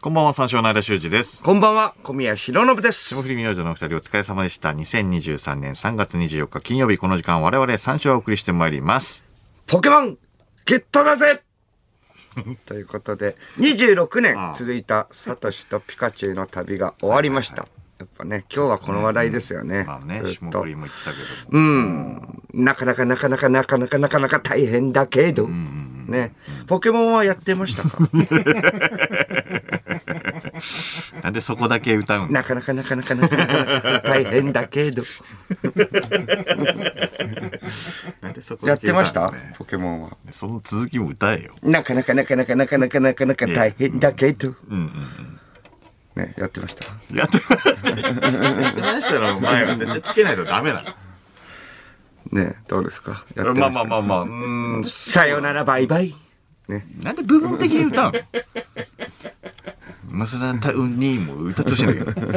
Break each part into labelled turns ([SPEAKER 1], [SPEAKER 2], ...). [SPEAKER 1] こんばんは、三照の間修二です。
[SPEAKER 2] こんばんは、小宮浩信です
[SPEAKER 1] 霜。降り明星のお二人お疲れ様でした。2023年3月24日金曜日この時間我々三照をお送りしてまいります。
[SPEAKER 2] ポケモン、ゲット だぜということで、26年続いたサトシとピカチュウの旅が終わりました。やっぱね、今日はこの話題ですよね。
[SPEAKER 1] まあね、
[SPEAKER 2] ずっ
[SPEAKER 1] 霜
[SPEAKER 2] と
[SPEAKER 1] 降りも言ってたけども。
[SPEAKER 2] うん。なかなかなかなかなかなかなかなか大変だけど。ね。ポケモンはやってましたか
[SPEAKER 1] なんでそこだけ歌うんだ
[SPEAKER 2] なかなかなかなかなかなかなか大変だけ ど。
[SPEAKER 1] なんでそこ
[SPEAKER 2] や
[SPEAKER 1] だけ歌
[SPEAKER 2] って
[SPEAKER 1] うの
[SPEAKER 2] ました
[SPEAKER 1] ね
[SPEAKER 2] ポケモンは。
[SPEAKER 1] その続きも歌えよ。
[SPEAKER 2] なかなかなかなかなかなかなかなか大変だけど。
[SPEAKER 1] うん
[SPEAKER 2] ね、やってました。
[SPEAKER 1] うん。やってました。やってましたの前は絶対つけないとダメなの。
[SPEAKER 2] ねどうですかやって
[SPEAKER 1] まあ
[SPEAKER 2] まし
[SPEAKER 1] まあ
[SPEAKER 2] た
[SPEAKER 1] まあまあ、うーん。
[SPEAKER 2] さよならバイバイ。ね。
[SPEAKER 1] なんで部分的に歌うのマスランタウンにも歌ってほしいんだけど。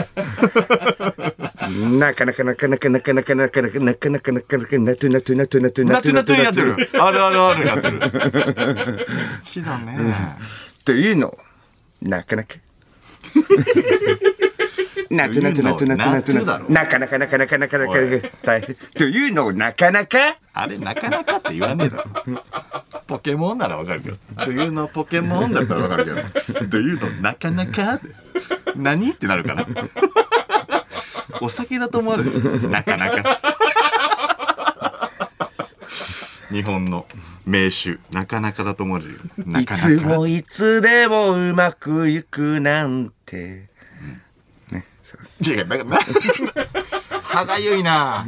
[SPEAKER 2] なかなかなかなかなかなかなかなかなかなかなかなかなとなとなとな と
[SPEAKER 1] な
[SPEAKER 2] な
[SPEAKER 1] って
[SPEAKER 2] と
[SPEAKER 1] な
[SPEAKER 2] な
[SPEAKER 1] って
[SPEAKER 2] と
[SPEAKER 1] にな
[SPEAKER 2] な
[SPEAKER 1] って
[SPEAKER 2] と
[SPEAKER 1] る
[SPEAKER 2] な。
[SPEAKER 1] あるあるあるやってる。好きだね。
[SPEAKER 2] というのをなかなか。なとなとなとなとなとなとなかなかなかなかなかなかなか大変というのをなかなか
[SPEAKER 1] あれ、なかなかって言わねえだろ。ポケモンならわかるけど。というのポケモンだったらわかるけど。というのなかなかって何ってなるかな。お酒だと思われるよ。なかなか。日本の名手、なかなかだと思われるよ。ないか
[SPEAKER 2] つ
[SPEAKER 1] なか。
[SPEAKER 2] もいつでもうまくいくなんてねそうです
[SPEAKER 1] 違う、だからな、歯がゆいな。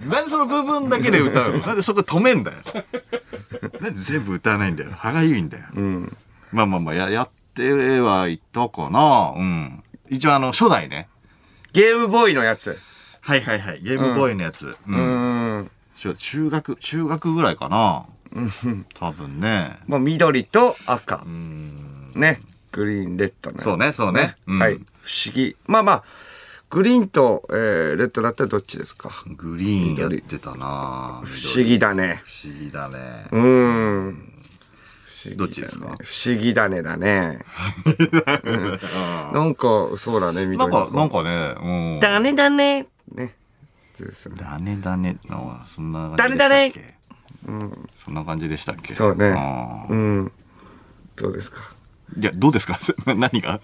[SPEAKER 1] なんでその部分だけで歌うのなんでそこ止めんだよ。なんで全部歌わないんだよ。歯がゆいんだよ。まあまあまあ、ややってはいったかな。うん。一応あの、初代ね。
[SPEAKER 2] ゲームボーイのやつ
[SPEAKER 1] はいはいはい。ゲームボーイのやつ。うん
[SPEAKER 2] うーん
[SPEAKER 1] し中学、中学ぐらいかな。多分ね。
[SPEAKER 2] まあ、緑と赤。ね。グリーン、レッドのやつ
[SPEAKER 1] そうねそうねうん
[SPEAKER 2] はい。不思議。まあまあ、グリーンと、えーレッドだったらどっちですか不
[SPEAKER 1] グリーンやってたな。不
[SPEAKER 2] 思。議だね。
[SPEAKER 1] 不思議だね。
[SPEAKER 2] うーん。
[SPEAKER 1] どっちですか
[SPEAKER 2] 不思議だねだね。うんなんか、そうだね、緑
[SPEAKER 1] な
[SPEAKER 2] の
[SPEAKER 1] ん
[SPEAKER 2] 子
[SPEAKER 1] か、なんかね、うん。
[SPEAKER 2] だねだね。ね。そうですね
[SPEAKER 1] ダネダネのそんな
[SPEAKER 2] ダネダ
[SPEAKER 1] ネそんな感じでしたっけ
[SPEAKER 2] そうね
[SPEAKER 1] あー
[SPEAKER 2] うん。どうですか
[SPEAKER 1] いやどうですか な何が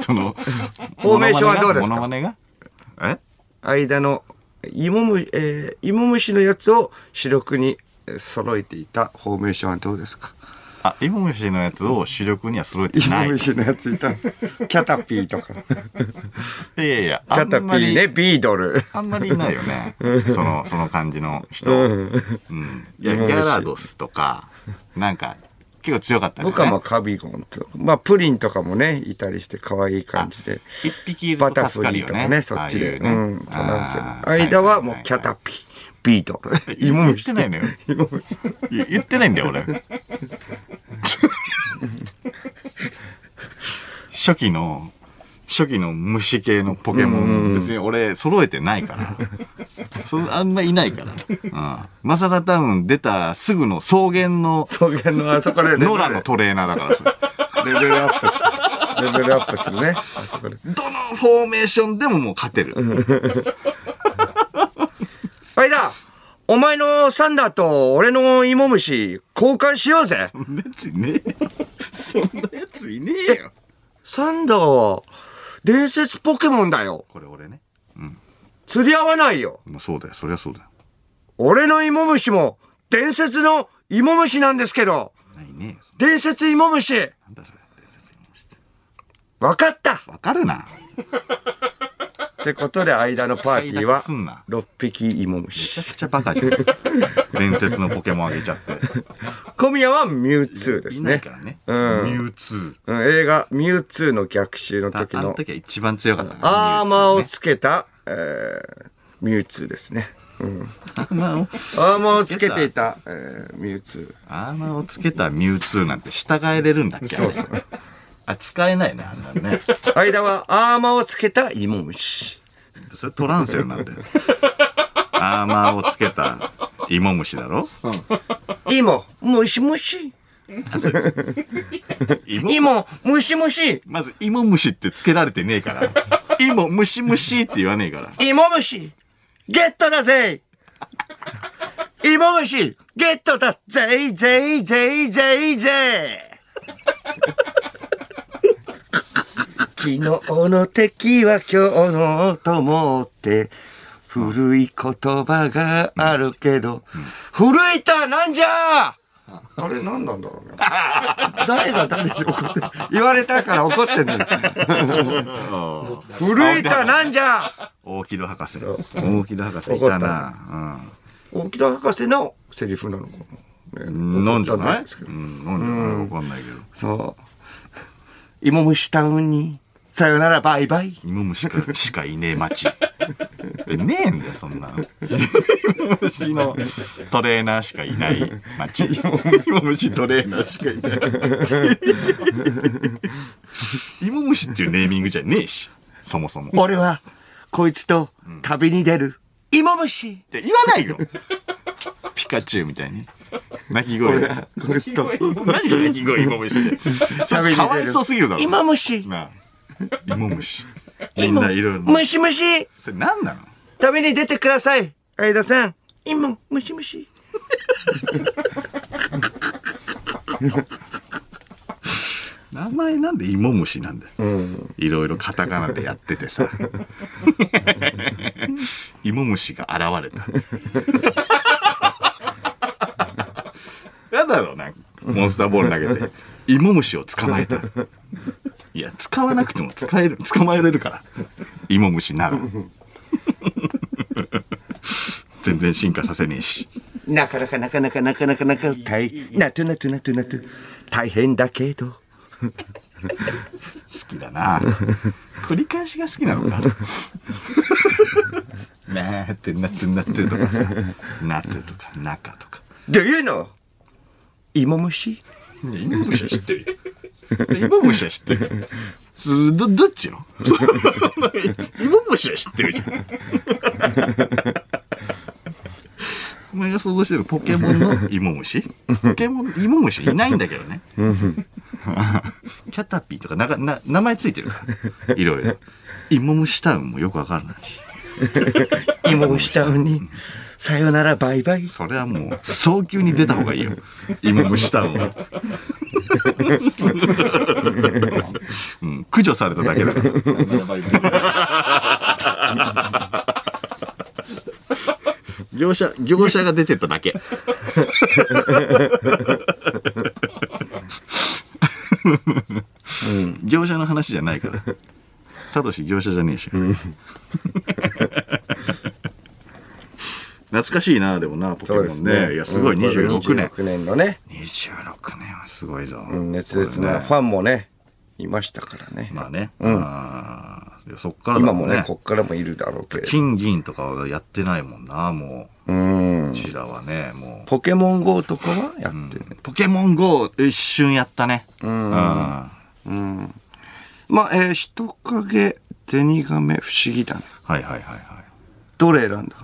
[SPEAKER 1] その
[SPEAKER 2] フォーメーションはどうですか
[SPEAKER 1] モノマネがモノマネが
[SPEAKER 2] 間の芋む、えー芋虫のやつを主力にえー揃えていたフォーメーションはどうですか
[SPEAKER 1] えあイモムシのやつを主力には揃えてない
[SPEAKER 2] 芋
[SPEAKER 1] い
[SPEAKER 2] 虫のや ついたキャタピーとか キ
[SPEAKER 1] やいやいやあ
[SPEAKER 2] ャ
[SPEAKER 1] ん
[SPEAKER 2] タピ
[SPEAKER 1] ま
[SPEAKER 2] ー
[SPEAKER 1] り
[SPEAKER 2] ねビードル
[SPEAKER 1] あんまりい ないよねそのその感じの人、うん、いやギャラドスとかなんか結構強かったよね
[SPEAKER 2] 僕はまあカビゴンとまあプリンとかもねいたりして可愛い感じで
[SPEAKER 1] 一匹いる
[SPEAKER 2] バ
[SPEAKER 1] と
[SPEAKER 2] タフ
[SPEAKER 1] 助かる
[SPEAKER 2] リー
[SPEAKER 1] よ
[SPEAKER 2] とか
[SPEAKER 1] ね
[SPEAKER 2] ねそっちで
[SPEAKER 1] ああいうね
[SPEAKER 2] んそうなんですよ
[SPEAKER 1] あー
[SPEAKER 2] 間はもう
[SPEAKER 1] いいい
[SPEAKER 2] キャタピービードル芋
[SPEAKER 1] 言っ
[SPEAKER 2] 虫
[SPEAKER 1] てないのよ。いや言ってないんだよ、俺。初期の、初期の虫系のポケモン、別に俺揃えてないから。そあんまいないから。うん。マサラタウン出たすぐの草原の
[SPEAKER 2] 草原のあそこでレベル
[SPEAKER 1] 野良のトレーナーだからそれ。
[SPEAKER 2] レベルアップするレベルアップするねあそこで
[SPEAKER 1] どのフォーメーションでももう勝てる。
[SPEAKER 2] あいだお前のサンダーと俺の芋虫交換しようぜ
[SPEAKER 1] そんなやついねえよ。そんなやついねえよ。
[SPEAKER 2] サンダーは伝説ポケモンだよ
[SPEAKER 1] これ俺ね。
[SPEAKER 2] 釣り合わないよ
[SPEAKER 1] もうそうだよ。そりゃそうだよ。
[SPEAKER 2] 俺の芋虫も伝説の芋虫なんですけど
[SPEAKER 1] ないねえよ。
[SPEAKER 2] 伝説芋虫
[SPEAKER 1] なんだそれ。伝説にして。
[SPEAKER 2] わかった
[SPEAKER 1] わかるな。
[SPEAKER 2] ってことで間のパーティーは
[SPEAKER 1] すんな
[SPEAKER 2] 6匹芋
[SPEAKER 1] めちゃ
[SPEAKER 2] 虫
[SPEAKER 1] くちゃバカ じゃん。伝説のポケモンあげちゃって。
[SPEAKER 2] 小宮はミュウツーです
[SPEAKER 1] いない
[SPEAKER 2] ね
[SPEAKER 1] からね。
[SPEAKER 2] うん
[SPEAKER 1] ミュウツ
[SPEAKER 2] うん映画「ミュウツーの逆襲」の
[SPEAKER 1] ー。あ
[SPEAKER 2] 時
[SPEAKER 1] あの
[SPEAKER 2] の
[SPEAKER 1] 時は一番強かったから。
[SPEAKER 2] アーマーを
[SPEAKER 1] ミュウツ
[SPEAKER 2] つけた、えーミュウツーですね
[SPEAKER 1] ーね。アーマーを。
[SPEAKER 2] アーマーをつけていた、えーミュウツ
[SPEAKER 1] アーマーをつけたミュウツーなんて従えれるんだっけそうそう。あ、使えないね、あんなの ね。
[SPEAKER 2] ー。間はアーマーをつけた芋虫。
[SPEAKER 1] それトランセルなんだよ。アーマーをつけた芋虫だろ
[SPEAKER 2] 芋、ムシムシ。
[SPEAKER 1] 芋
[SPEAKER 2] 芋、ムシムシ、
[SPEAKER 1] まず、芋虫ってつけられてねえ から。芋、虫虫って言わねえから。
[SPEAKER 2] 芋虫、ゲットだぜ芋虫、ゲットだぜいぜいぜいぜいぜ 昨日の敵は今日の友って、古い言葉があるけど、古いたなんじゃあれ何なんだろうね。 誰が誰に怒って、言われたから怒ってん のよ。古いたなんじゃ
[SPEAKER 1] 大木戸博士。
[SPEAKER 2] う
[SPEAKER 1] 大木戸博士いたな。
[SPEAKER 2] 大木田博士のセリフなのかな、ね
[SPEAKER 1] うん。なんじゃない、
[SPEAKER 2] そううん
[SPEAKER 1] なんじゃないわかんないけど。
[SPEAKER 2] そう芋虫タウンにさよならバイバイ
[SPEAKER 1] 芋虫し かしかいねえ街。でねえんだよ、そんなの。芋虫のトレーナーしかいない街。芋虫トレーナーしかいない。芋虫っていうネーミングじゃねえし、そもそも。
[SPEAKER 2] 俺はこいつと旅に出る芋虫
[SPEAKER 1] って言わないよ。ピカチュウみたいに。鳴き声で。
[SPEAKER 2] こいつと
[SPEAKER 1] 何鳴き声、芋 虫って。そいつかわいそうすぎるだろ。
[SPEAKER 2] 芋虫
[SPEAKER 1] なあ。芋虫。みんないろいろ。
[SPEAKER 2] 虫虫
[SPEAKER 1] それ何なの
[SPEAKER 2] 旅に出てください相田さん芋虫虫
[SPEAKER 1] 名前なんで芋虫なんだよ。いろいろカタカナでやっててさ。芋虫が現れた。やだろ、なんか。モンスターボール投げて。芋虫を捕まえた。いや、使わなくても使える、捕まえれるから。芋虫なら。全然進化させねえし。
[SPEAKER 2] なかなかなかなかなかなかなか大なとなとなとなと大変だけど
[SPEAKER 1] 好きだな繰り返しが好きなのかなーってなってなってとかさなってとか中とか
[SPEAKER 2] Do you know 芋虫
[SPEAKER 1] 芋虫は知 ってるよ芋虫は知ってるよすどどっちの 芋虫は知ってるじゃん お前が想像してるポケモンの芋虫ポケモン芋虫いないんだけど ねキャタピーとかなかな名前ついてるからいろいろ芋虫タウンもよくわからないし
[SPEAKER 2] 芋虫タウンにさよならバイバイ
[SPEAKER 1] それはもう早急に出た方がいいよ芋虫タウンは、うん、駆除されただけだから業者業者が出てっただけ業者の話じゃないからサトシ業者じゃねえし、懐かしいなでもなポケモンねいやすごい26年、
[SPEAKER 2] 26年のね、
[SPEAKER 1] 26年はすごいぞ、
[SPEAKER 2] うん熱烈なフ
[SPEAKER 1] こ
[SPEAKER 2] ァンもねいましたからね
[SPEAKER 1] れねまあね、あーそっからだ
[SPEAKER 2] 今
[SPEAKER 1] も
[SPEAKER 2] も
[SPEAKER 1] んね
[SPEAKER 2] ねこっからもいるだろうけれど
[SPEAKER 1] 金銀とかはやってないもんなもう、
[SPEAKER 2] うん
[SPEAKER 1] こちらはねもう
[SPEAKER 2] ポケモン GO とかはやってる、
[SPEAKER 1] ポケモン GO 一瞬やったねうん、は
[SPEAKER 2] まあえー、人影ゼニガメ不思議だね
[SPEAKER 1] いはいはいはい
[SPEAKER 2] どれ選んだ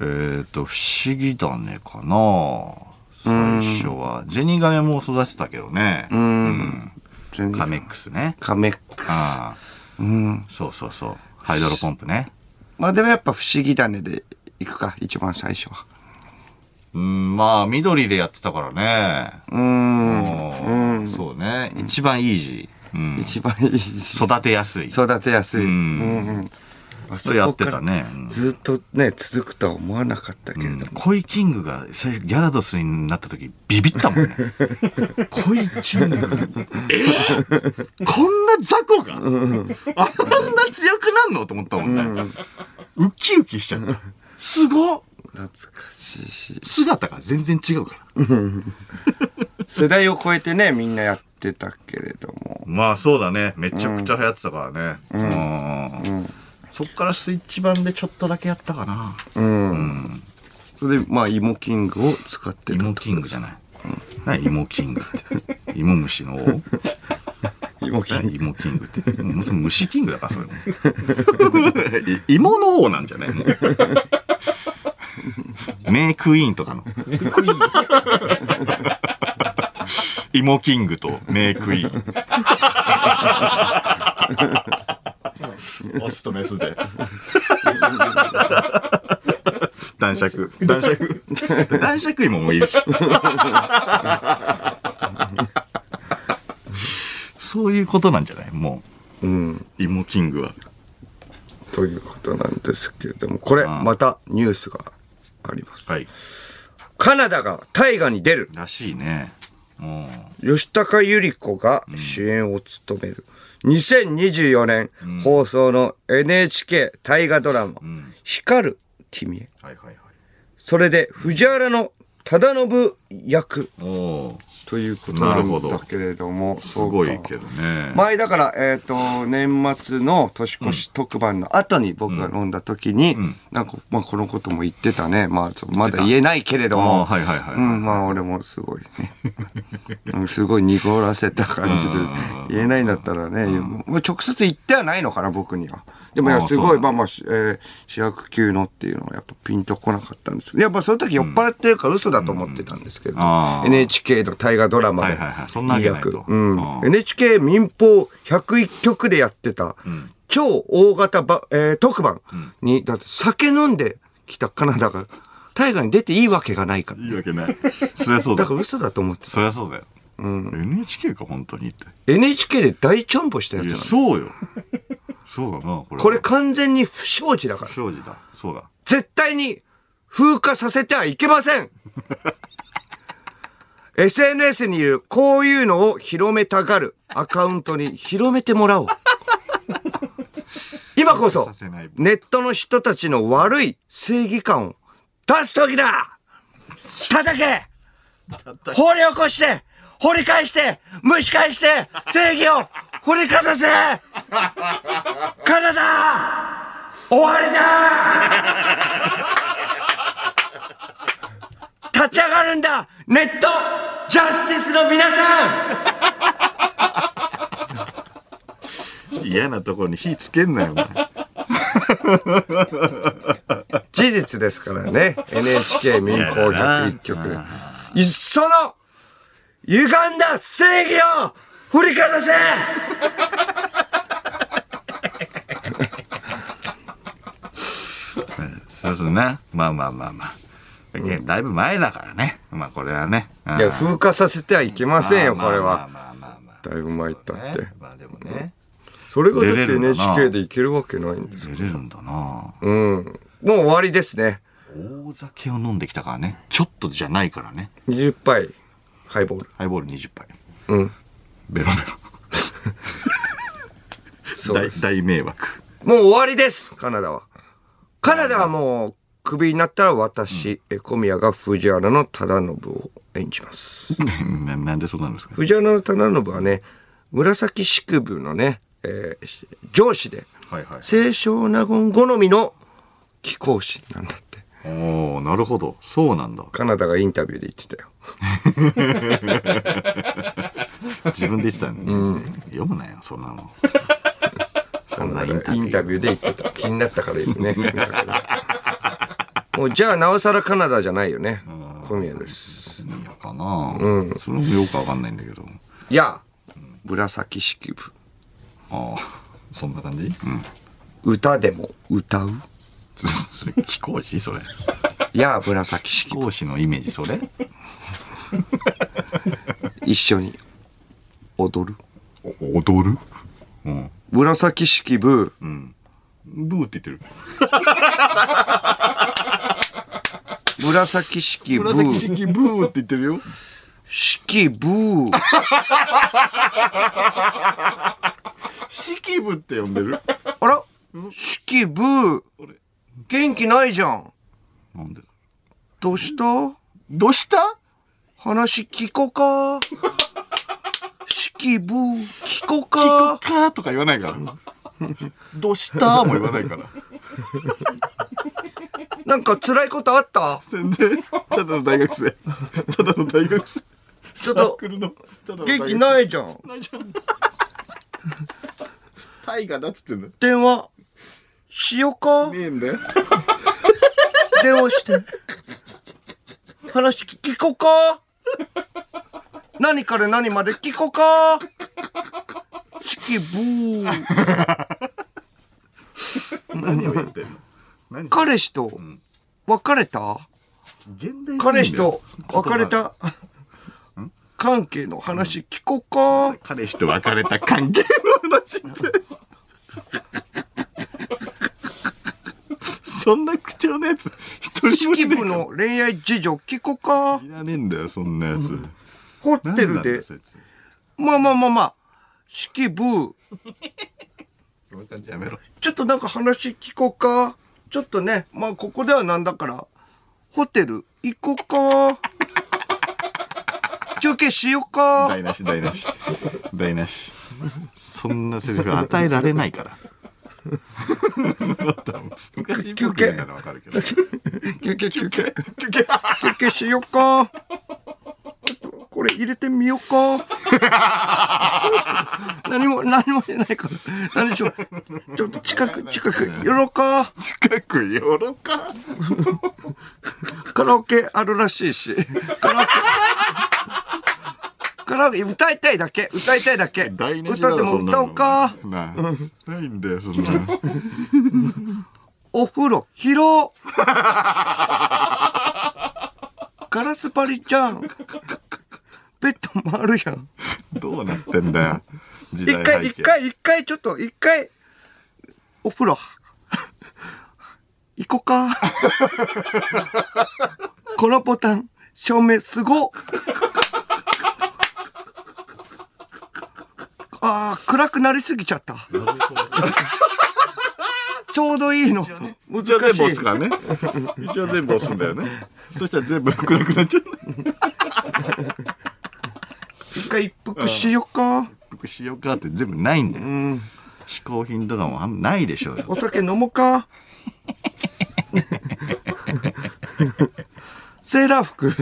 [SPEAKER 1] えー、と、不思議だねかな最初は。ゼニガメも育てたけどね。
[SPEAKER 2] うんゼニ
[SPEAKER 1] カ
[SPEAKER 2] ガ
[SPEAKER 1] メ
[SPEAKER 2] メ
[SPEAKER 1] ックスね。
[SPEAKER 2] カメックス
[SPEAKER 1] あ
[SPEAKER 2] うん
[SPEAKER 1] あ、そうそうそう。ハイドロポンプね。
[SPEAKER 2] まあでもやっぱ不思議だねでいくか一番最初は
[SPEAKER 1] うん、まあ、緑でやってたからね。
[SPEAKER 2] うーん
[SPEAKER 1] もうそうね。一番イージー。うん
[SPEAKER 2] 一番いいし
[SPEAKER 1] 育てやすい。
[SPEAKER 2] 育てやすい、
[SPEAKER 1] ん
[SPEAKER 2] うんうんあ
[SPEAKER 1] それやってたね
[SPEAKER 2] そこか
[SPEAKER 1] うん
[SPEAKER 2] らずっとね続くとは思わなかったけれども、
[SPEAKER 1] コイキングが最初ギャラドスになった時ビビったもん ね。コイキング えーこんな雑魚が、あんな強くなんのと思ったもんね。ウキウキしちゃった。すごっ
[SPEAKER 2] 懐かしいし
[SPEAKER 1] 姿が全然違うから。
[SPEAKER 2] 世代を超えてねみんなやってたけれども
[SPEAKER 1] まあそうだね。めちゃくちゃ流行ってたからね。うんそっからスイッチ版でちょっとだけやったかな。
[SPEAKER 2] うん、それでまあ芋キングを使ってた
[SPEAKER 1] 芋キングじゃない。何芋キングって。芋虫の王
[SPEAKER 2] 芋キング
[SPEAKER 1] 何芋キングって。もうそれ虫キングだから、それも。 い芋の王なんじゃないもう。メイクイーンとかの。芋キングと名食い。オスとメスで。男爵。男爵。男爵芋もいるし。そういうことなんじゃないも
[SPEAKER 2] うん。
[SPEAKER 1] う、芋キングは。
[SPEAKER 2] ということなんですけれども、これ、
[SPEAKER 1] ん
[SPEAKER 2] またニュースがあります。
[SPEAKER 1] はい。
[SPEAKER 2] カナダが大河に出る。
[SPEAKER 1] らしいね。うん。
[SPEAKER 2] 吉高由里子が主演を務める。2024年放送の NHK 大河ドラマ、
[SPEAKER 1] ん
[SPEAKER 2] 光る君へ。
[SPEAKER 1] はいはいはい。
[SPEAKER 2] それで藤原の忠信役
[SPEAKER 1] おお
[SPEAKER 2] ということ
[SPEAKER 1] な
[SPEAKER 2] な
[SPEAKER 1] るほ
[SPEAKER 2] ん
[SPEAKER 1] ど
[SPEAKER 2] だけれども、
[SPEAKER 1] すごい
[SPEAKER 2] そうか
[SPEAKER 1] けどね。
[SPEAKER 2] 前だから、えっ、と、年末の年越し特番の後に僕が飲んだ時に、なんか、まあ、このことも言ってたね。まあ、そうまだ言えないけれど
[SPEAKER 1] あ
[SPEAKER 2] も、
[SPEAKER 1] あはいはいはいはい
[SPEAKER 2] うん、まあ、俺もすごいね。 うんすごい濁らせた感じで
[SPEAKER 1] うん、
[SPEAKER 2] 言えないんだったらね、もう直接言ってはないのかな、僕には。でも、いや、
[SPEAKER 1] ああ
[SPEAKER 2] すご、
[SPEAKER 1] そうないんだ
[SPEAKER 2] まあまあ、しえー主役級のっていうのはやっぱピンとこなかったんですけど、やっぱその時酔っ払ってるから嘘だと思ってたんですけど、
[SPEAKER 1] うんああ
[SPEAKER 2] NHK の大河ドラマ
[SPEAKER 1] はいはいはいそんなわけないと
[SPEAKER 2] いい役うん
[SPEAKER 1] ああ
[SPEAKER 2] NHK 民放101局でやってた、超大型ば、えー特番に、だって酒飲んできたカナダが、大河に出ていいわけがないから。
[SPEAKER 1] いいわけない。そりゃそうだ
[SPEAKER 2] だか。ら嘘だと思ってた。
[SPEAKER 1] そりゃそうだよ。NHK か、本当にって。
[SPEAKER 2] NHK で大チョンボしたや
[SPEAKER 1] い
[SPEAKER 2] つ
[SPEAKER 1] や、
[SPEAKER 2] なの。
[SPEAKER 1] そうよ。そうだな、これは。
[SPEAKER 2] これ完全に不祥事だから
[SPEAKER 1] 不。祥事だ。そうだ。
[SPEAKER 2] 絶対に風化させてはいけません SNS にいるこういうのを広めたがるアカウントに広めても らおう今こそ
[SPEAKER 1] させない
[SPEAKER 2] ネットの人たちの悪い正義感を出す時だ叩け掘り起こして掘り返して蒸し返して正義を掘りか させカナダ終わりだ立ち上がるんだネットジャスティスの皆さん
[SPEAKER 1] 嫌なところに火つけんなよ、お前
[SPEAKER 2] 事実ですからね NHK 民放101局いっその歪んだ正義を振りかざせ
[SPEAKER 1] そうですね。まあまあまあまあ。だいぶ前だからね。まあこれはね。
[SPEAKER 2] いや風化させてはいけませんよこれ
[SPEAKER 1] ま
[SPEAKER 2] は
[SPEAKER 1] あまあまあ
[SPEAKER 2] だいぶ前行った
[SPEAKER 1] まあ。
[SPEAKER 2] って
[SPEAKER 1] まあでもね。
[SPEAKER 2] それがだって
[SPEAKER 1] 出れるのかな
[SPEAKER 2] NHK でいけるわけないんです
[SPEAKER 1] 出れるんだな。
[SPEAKER 2] うんもう終わりですね
[SPEAKER 1] 大酒を飲んできたからね。ちょっとじゃないからね。
[SPEAKER 2] 20杯ハイボール
[SPEAKER 1] ハイボール20杯。
[SPEAKER 2] うん
[SPEAKER 1] ベロベロ。
[SPEAKER 2] そう
[SPEAKER 1] 大
[SPEAKER 2] です
[SPEAKER 1] 大迷惑。
[SPEAKER 2] もう終わりですカナダは。カナダはもう、クビになったら私、え小宮が藤原の忠信を演じます。
[SPEAKER 1] ななんでそうなんですか
[SPEAKER 2] 藤原の忠信はね、紫式部のね、えーし上司で、
[SPEAKER 1] はいはい
[SPEAKER 2] 清少納言好みの貴公子なんだって。
[SPEAKER 1] おおなるほど。そうなんだ。
[SPEAKER 2] カナダがインタビューで言ってたよ。
[SPEAKER 1] 自分で言ってた のに、読むなよ、そんなの。そんなインタビ
[SPEAKER 2] イ
[SPEAKER 1] ュ
[SPEAKER 2] ン
[SPEAKER 1] ー。
[SPEAKER 2] タビューで言ってた。気になったから言 うね。 もうじゃあなおさらカナダじゃないよね。小宮です。
[SPEAKER 1] いいのかな、それもよくわかんないんだけど。
[SPEAKER 2] いや、紫式部。
[SPEAKER 1] ああ、そんな感じうん。
[SPEAKER 2] 歌でも歌う
[SPEAKER 1] それ、貴公子それ。
[SPEAKER 2] いや紫
[SPEAKER 1] 貴
[SPEAKER 2] 式
[SPEAKER 1] 公子のイメージ、それ
[SPEAKER 2] 一緒に踊る
[SPEAKER 1] 踊るうん。
[SPEAKER 2] 紫式部
[SPEAKER 1] ブーって言ってる。
[SPEAKER 2] 紫式部
[SPEAKER 1] 紫式ブーって言ってるよ。
[SPEAKER 2] 式部
[SPEAKER 1] 式部って呼んでる
[SPEAKER 2] あら式部元気ないじゃん
[SPEAKER 1] なんで
[SPEAKER 2] どうした
[SPEAKER 1] どうした
[SPEAKER 2] 話聞こか式部聞こ
[SPEAKER 1] 聞
[SPEAKER 2] か
[SPEAKER 1] くかとか言わないから。どうしたも言わないから。
[SPEAKER 2] なんか辛いことあった
[SPEAKER 1] 全然、ただの大学生。ただの大学生。
[SPEAKER 2] ちょっ
[SPEAKER 1] サー
[SPEAKER 2] と
[SPEAKER 1] クルの、ただの大
[SPEAKER 2] 元
[SPEAKER 1] 学
[SPEAKER 2] 気
[SPEAKER 1] 生。
[SPEAKER 2] ないじゃん
[SPEAKER 1] ないじゃん。タイガだっつってんだよ。
[SPEAKER 2] 電話しようか
[SPEAKER 1] ねえんだよ。
[SPEAKER 2] 電話して話聞こか何から何まで聞こか。チキブー。
[SPEAKER 1] 何を言ってんの何
[SPEAKER 2] 彼氏と別れた
[SPEAKER 1] 現代人だよ
[SPEAKER 2] 彼氏と
[SPEAKER 1] 言葉
[SPEAKER 2] 別れた関係の話聞こか。
[SPEAKER 1] 彼氏と別れた関係の話ってそんな口調のやつ一人
[SPEAKER 2] チ
[SPEAKER 1] も
[SPEAKER 2] キ
[SPEAKER 1] いね
[SPEAKER 2] ブの恋愛事情聞こか
[SPEAKER 1] え。いらねえんだよそんなやつ
[SPEAKER 2] ホテ
[SPEAKER 1] なんな
[SPEAKER 2] ル
[SPEAKER 1] んだ
[SPEAKER 2] で
[SPEAKER 1] よ。そいつ
[SPEAKER 2] まあまあまあまあ。チキブー。
[SPEAKER 1] その感じやめろ
[SPEAKER 2] ちょっとなんか話聞こうか。ちょっとね、まあここではなんだから、ホテル行こうか。休憩しようか。
[SPEAKER 1] 台無し台無 し台無しそんなセリフ与えられない から昔
[SPEAKER 2] 休
[SPEAKER 1] 僕
[SPEAKER 2] 憩
[SPEAKER 1] やったらわかるけど
[SPEAKER 2] 休憩休憩。休憩休憩しようか。ちょっとこれ入れてみようか。何も、何も出ないから。何しよう。ちょっと近く、近く寄ろうか。
[SPEAKER 1] 近く寄ろか
[SPEAKER 2] カラオケあるらしいし。カラオケ。カラオケ歌いたいだけ、歌いたいだけ。
[SPEAKER 1] 台無しだ
[SPEAKER 2] 歌
[SPEAKER 1] ろ
[SPEAKER 2] で
[SPEAKER 1] そ
[SPEAKER 2] も
[SPEAKER 1] んな
[SPEAKER 2] 歌
[SPEAKER 1] の
[SPEAKER 2] おうか。
[SPEAKER 1] なあないんだよそんなの
[SPEAKER 2] お風呂広。ガラス張りじゃん。ベッドもあるじゃん。
[SPEAKER 1] どうなってんだよ時
[SPEAKER 2] 一
[SPEAKER 1] 代背
[SPEAKER 2] 回
[SPEAKER 1] 景
[SPEAKER 2] 一回一回ちょっと一回お風呂行こう かこのボタン照明すごっあー暗くなりすぎちゃった ちょうどいいの難
[SPEAKER 1] 一応全
[SPEAKER 2] し
[SPEAKER 1] 部押
[SPEAKER 2] い
[SPEAKER 1] すからね一応全部押すんだよねそしたら全部暗くなっちゃう
[SPEAKER 2] 一回一服しようか
[SPEAKER 1] 僕しようかって全部ないんだよ
[SPEAKER 2] うん
[SPEAKER 1] 嗜好品とかもあんまないでしょうよ
[SPEAKER 2] お酒飲もうかセーラー服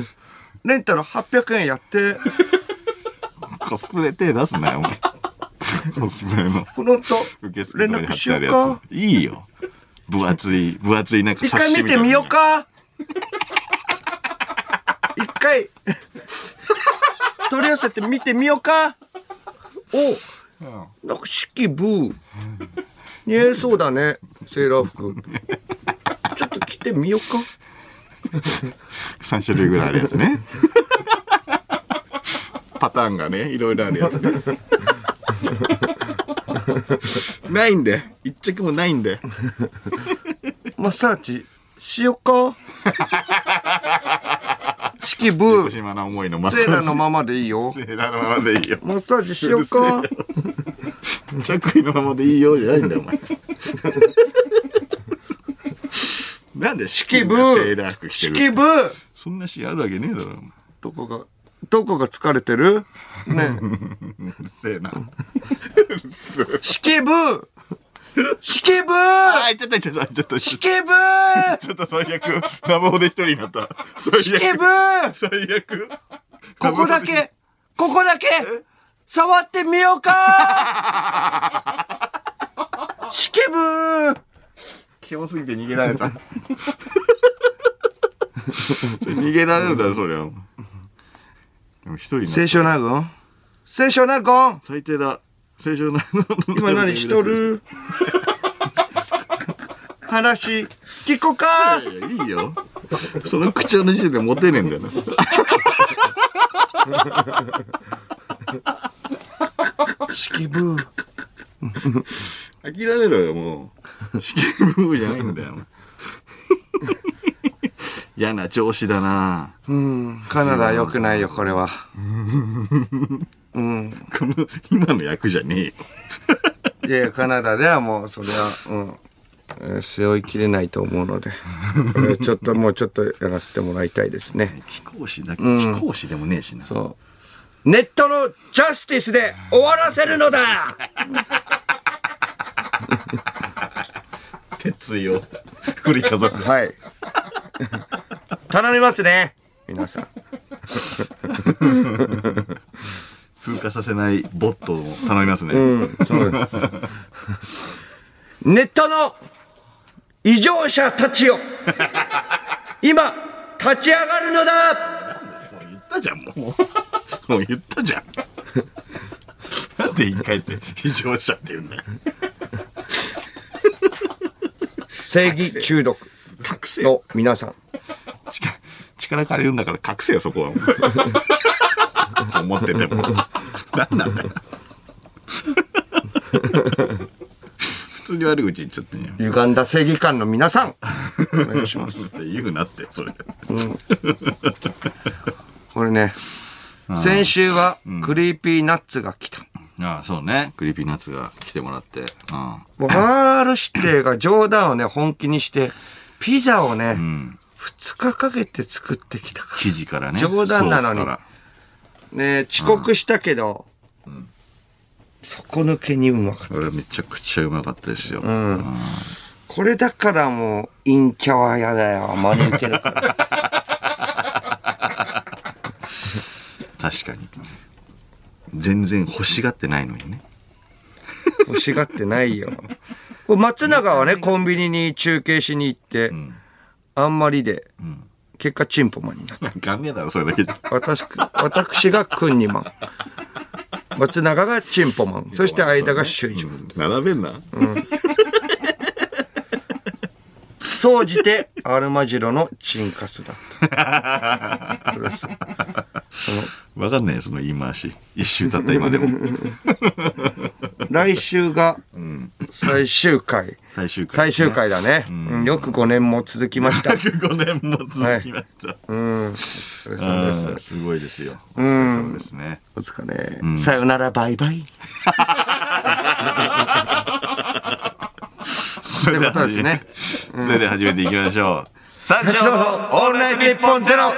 [SPEAKER 2] レンタル800円やって
[SPEAKER 1] コスプレ手出すなよお前コスプレの
[SPEAKER 2] フロント
[SPEAKER 1] 受付
[SPEAKER 2] 連
[SPEAKER 1] とかに
[SPEAKER 2] 絡
[SPEAKER 1] 貼っ
[SPEAKER 2] してよ
[SPEAKER 1] ある
[SPEAKER 2] うか
[SPEAKER 1] やついいよ分厚い分厚いなんか
[SPEAKER 2] 一回見てみようか一回取り寄せて見てみようかおなんか式ブー似合いそうだねセーラー服ちょっと着てみようか
[SPEAKER 1] 3種類ぐらいあるやつねパターンがねいろいろあるやつねないんで一着もないんで
[SPEAKER 2] マッサージしよっか。式部、セ
[SPEAKER 1] 島な思いのマッ
[SPEAKER 2] ー
[SPEAKER 1] サー
[SPEAKER 2] ラ
[SPEAKER 1] ジ
[SPEAKER 2] のままでいいよ。
[SPEAKER 1] セーラーのままでいいよ
[SPEAKER 2] マッサージしよっか。
[SPEAKER 1] 着衣のままでいいよじゃないんだよお前なんで四季
[SPEAKER 2] 式部
[SPEAKER 1] 部セーラー服、着て
[SPEAKER 2] 式
[SPEAKER 1] る
[SPEAKER 2] 部。
[SPEAKER 1] そんなシーンあるわけねえだろお前
[SPEAKER 2] どこが、どこが疲れてるね
[SPEAKER 1] うるせえな
[SPEAKER 2] え。式部式部
[SPEAKER 1] あいちょっとちょっとちょっとちょっと
[SPEAKER 2] 式部
[SPEAKER 1] ちょっと最悪生ほで一人になった最
[SPEAKER 2] 式
[SPEAKER 1] 悪
[SPEAKER 2] 部
[SPEAKER 1] 最悪
[SPEAKER 2] ここだけ、ここだけ、触ってみようか式部
[SPEAKER 1] キモすぎて逃げられた逃げられるだろそりゃでも一人になった
[SPEAKER 2] 清少納言清少納言
[SPEAKER 1] 最低だ最初の
[SPEAKER 2] 今何しとる話聞こか
[SPEAKER 1] いやいいよその口調の時点でモテねえんだよな
[SPEAKER 2] 式部
[SPEAKER 1] 諦めろよもう試験ブーじゃないんだよ嫌な調子だな
[SPEAKER 2] うんカナダ良くないよこれはうん
[SPEAKER 1] この今の役じゃねえよ
[SPEAKER 2] いやいやカナダではもうそれはうんえー背負いきれないと思うのでこれはちょっともうちょっとやらせてもらいたいですね
[SPEAKER 1] 貴公子だけど貴公子でもねえしな、
[SPEAKER 2] そうネットのジャスティスで終わらせるのだ
[SPEAKER 1] 鉄 意を振りかざす
[SPEAKER 2] はい頼みますね皆さん
[SPEAKER 1] 風化させないボットを頼みますね、
[SPEAKER 2] そうですネットの異常者たちよ今立ち上がるのだ
[SPEAKER 1] 言っったじゃん、もう。もう言ったじゃん。 なんで一回って非常者って言うんだよ。
[SPEAKER 2] 正義中毒
[SPEAKER 1] 隠せよ。
[SPEAKER 2] の皆さん。
[SPEAKER 1] 力力借りるんだから隠せよ、そこは。 思ってても。何なんだよ。 普通に悪口言っちゃってんじゃん。
[SPEAKER 2] 歪んだ正義感の皆さん。
[SPEAKER 1] お願いします。って言うなって、それ。
[SPEAKER 2] これね、先週はクリーピーナッツが来た。
[SPEAKER 1] ああ、そうね。クリーピーナッツが来てもらって。うん。
[SPEAKER 2] もう R 指定が冗談をね、本気にして、ピザをね、2日かけて作ってきたから。
[SPEAKER 1] 生地からね。
[SPEAKER 2] 冗談なのに
[SPEAKER 1] ソースから
[SPEAKER 2] ね遅刻したけど、底抜けにうまかった。
[SPEAKER 1] これめちゃくちゃうまかったですよ。
[SPEAKER 2] これだからもう、陰キャは嫌だよ。真似てるから。
[SPEAKER 1] 確かに。全然欲しがってないのにね。
[SPEAKER 2] 欲しがってないよ。これ松永はね、コンビニに中継しに行って、あんまりで、結果チンポマンになった。
[SPEAKER 1] ガンねえだろ、それだけで。
[SPEAKER 2] 私、私がクンニマン。松永がチンポ マン。そして間がシュイジマン。
[SPEAKER 1] 並べんな。
[SPEAKER 2] 総じて、アルマジロのチンカスだった。そうです
[SPEAKER 1] わかんないよ、その言い回し。一周経った今で も。
[SPEAKER 2] 来週が最終回。
[SPEAKER 1] 最終回。
[SPEAKER 2] 最終回だね。うんよく5年も続きました。お
[SPEAKER 1] 105年も続きました。
[SPEAKER 2] 疲れ様です
[SPEAKER 1] うんすごいですよ。お疲れ様ですね。
[SPEAKER 2] お疲れ。さよなら、バイバイ。
[SPEAKER 1] それ
[SPEAKER 2] ってことですね。
[SPEAKER 1] それでは始めていきまし ょう。三
[SPEAKER 2] 八
[SPEAKER 1] 四
[SPEAKER 2] 郎
[SPEAKER 1] 郎
[SPEAKER 2] のオールナイトニッポンゼロ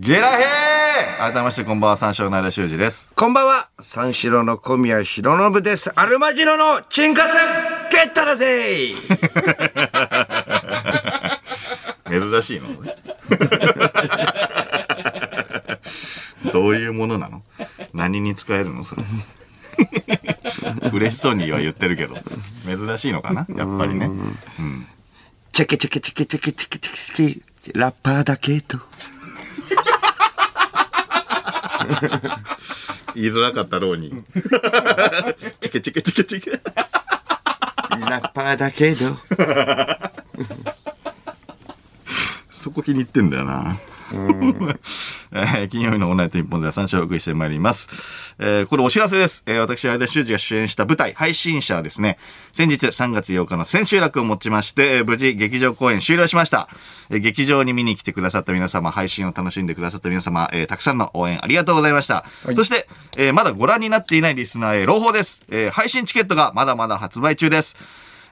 [SPEAKER 1] ゲラヘー改めましてこんばんは、三四郎の間修二です。
[SPEAKER 2] こんばんは三四郎の小宮浩信です。アルマジロのチンカスゲットだぜ
[SPEAKER 1] 珍しいの どういうものなの何に使えるのそれ嬉しそうには言ってるけど珍しいのかなやっぱりね
[SPEAKER 2] チェケチェケチェケチェケチェケチェケチェケラッパーだけと。
[SPEAKER 1] 言いづらかったろう にチケチケチケチケ
[SPEAKER 2] ラッパーだけど。
[SPEAKER 1] そこ気に入ってんだよな。 えー金曜日のオンライト日本では3週お送りしてまいります。えーこれお知らせです。えー私、相田修二が主演した舞台、配信者はですね、先日3月8日の千秋楽をもちまして、えー無事劇場公演終了しました。えー劇場に見に来てくださった皆様、配信を楽しんでくださった皆様、えーたくさんの応援ありがとうございました。そして、えーまだご覧になっていないリスナーへ朗報です。えー配信チケットがまだまだ発売中です。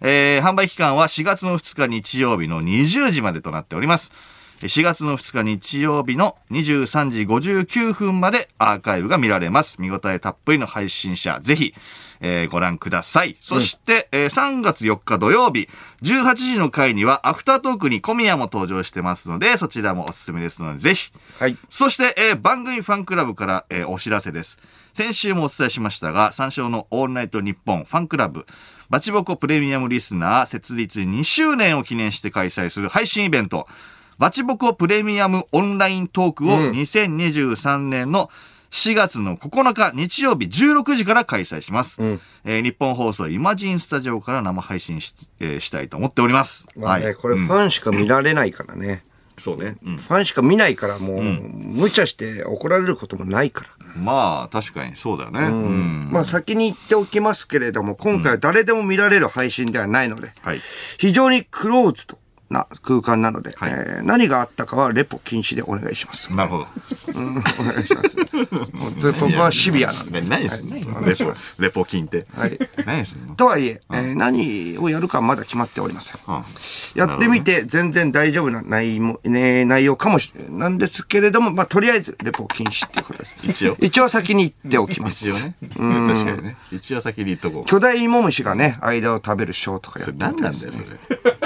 [SPEAKER 1] えー販売期間は4月の2日日曜日の20時までとなっております。4月の2日日曜日の23時59分までアーカイブが見られます。見応えたっぷりの配信者、ぜひ、えーご覧ください。そして、えー3月4日土曜日、18時の回にはアフタートークに小宮も登場してますので、そちらもおすすめですので、ぜひ、
[SPEAKER 2] はい。
[SPEAKER 1] そして、えー番組ファンクラブから、えーお知らせです。先週もお伝えしましたが、三章のオールナイトニッポンファンクラブ、バチボコプレミアムリスナー設立2周年を記念して開催する配信イベント、バチボコプレミアムオンライントークを2023年の4月の9日日曜日16時から開催します。えー日本放送イマジンスタジオから生配信し,、えーしたいと思っております。
[SPEAKER 2] まあね、これファンしか見られないからね。
[SPEAKER 1] そうね。うん
[SPEAKER 2] ファンしか見ないからもう、無茶して怒られることもないから。
[SPEAKER 1] まあ、確かにそうだよね。うん
[SPEAKER 2] まあ先に言っておきますけれども、今回は誰でも見られる配信ではないので、
[SPEAKER 1] はい
[SPEAKER 2] 非常にクローズドな空間なので、
[SPEAKER 1] はい
[SPEAKER 2] えー何があったかはレポ禁止でお願いします。
[SPEAKER 1] なるほど。
[SPEAKER 2] うんお願いします。本当にここはシビアなんで。
[SPEAKER 1] ねないですね。レポ、レポ金って。
[SPEAKER 2] はい
[SPEAKER 1] ないですね。
[SPEAKER 2] とはいえ、えー何をやるかはまだ決まっておりません。
[SPEAKER 1] はあ
[SPEAKER 2] やってみて全然大丈夫な内も、ね、内容かもしれないなんですけれども、まあ、とりあえずレポ禁止っていうことです。
[SPEAKER 1] 一応
[SPEAKER 2] 一応先に言っておきます。
[SPEAKER 1] 一応ね。確かにね。一応先に言っとこう。
[SPEAKER 2] 巨大イモムシがね、間を食べるショーとかやっ
[SPEAKER 1] そ
[SPEAKER 2] て
[SPEAKER 1] れ
[SPEAKER 2] みたい
[SPEAKER 1] 何
[SPEAKER 2] です
[SPEAKER 1] なんだよ、それ。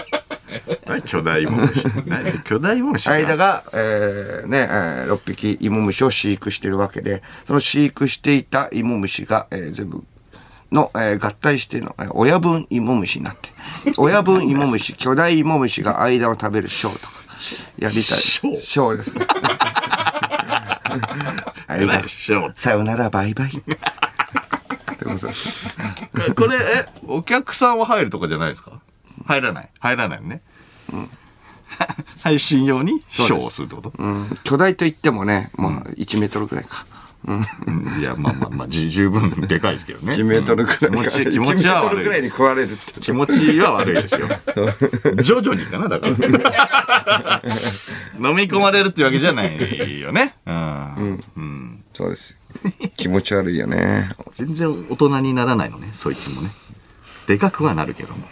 [SPEAKER 1] 何巨大もむし。 何巨大もむし。
[SPEAKER 2] 間が、えーね、えー6匹イモムシを飼育してるわけで、その飼育していたイモムシが、えー全部の、えー合体しての、えー親分イモムシになって、 親分イモムシ、巨大イモムシが間を食べるショーとか、やりたい。
[SPEAKER 1] ショー
[SPEAKER 2] ショーですね。
[SPEAKER 1] えらい師匠
[SPEAKER 2] さよなら、バイ バイ。でもさ
[SPEAKER 1] えこれ、え、お客さんは入るとかじゃないですか入らない。入らないね。 配信用にショーをするってこと
[SPEAKER 2] うん巨大といってもね、まあ、1メートルぐらいか。
[SPEAKER 1] うんいや、まあまあまあ、じ十分でかいですけどね。
[SPEAKER 2] 1メートルぐらいか。
[SPEAKER 1] うん気持ち、気持ちは
[SPEAKER 2] 1メートル
[SPEAKER 1] 悪い
[SPEAKER 2] ぐらい
[SPEAKER 1] で
[SPEAKER 2] に
[SPEAKER 1] す。
[SPEAKER 2] 食われるって。
[SPEAKER 1] 気持ちは悪いですよ。 徐々にかな、だから。 飲み込まれるってわけじゃないよね。うん。うん。
[SPEAKER 2] そうです。気持ち悪いよね。
[SPEAKER 1] 全然大人にならないのね、そいつもね。でかくはなるけども。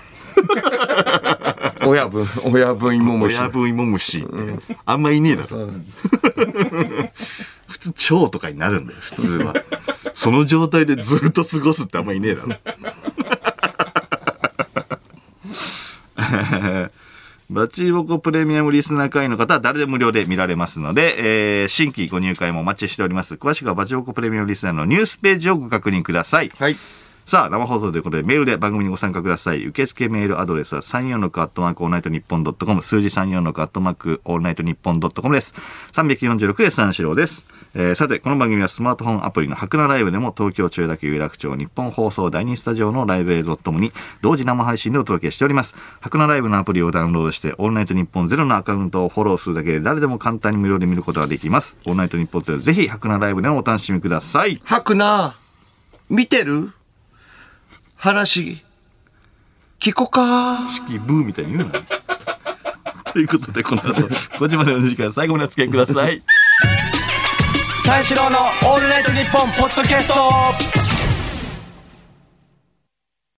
[SPEAKER 2] 親分、親分芋虫。
[SPEAKER 1] 親分芋虫って、あんまいねえだろ。普通、蝶とかになるんだよ、普通は。その状態でずっと過ごすってあんまいねえだろ。 バチボコプレミアムリスナー会員の方は誰でも無料で見られますので、えー新規ご入会もお待ちしております。詳しくはバチボコプレミアムリスナーのニュースページをご確認ください。
[SPEAKER 2] はい。
[SPEAKER 1] さあ、生放送ということで、メールで番組にご参加ください。受付メールアドレスは34のカットマークオールナイトニッポンドットコム、数字34のカットマークオールナイトニッポンドットコムです。346で三四郎です。えーさて、この番組はスマートフォンアプリの白菜ライブでも東京中田区有楽町日本放送第2スタジオのライブ映像とともに同時生配信でお届けしております。白菜ライブのアプリをダウンロードして、オールナイトニッポンゼロのアカウントをフォローするだけで誰でも簡単に無料で見ることができます。オールナイトニッポンゼロ、ぜひ白菜ライブでもお楽しみください。
[SPEAKER 2] 吐くな。見てる話、聞こか。
[SPEAKER 1] 式ブーみたいに言うな。ということで、この後、5時までの時間、最後までお付き合いください。
[SPEAKER 2] 三四郎のオールナイトニッポンポッドキャスト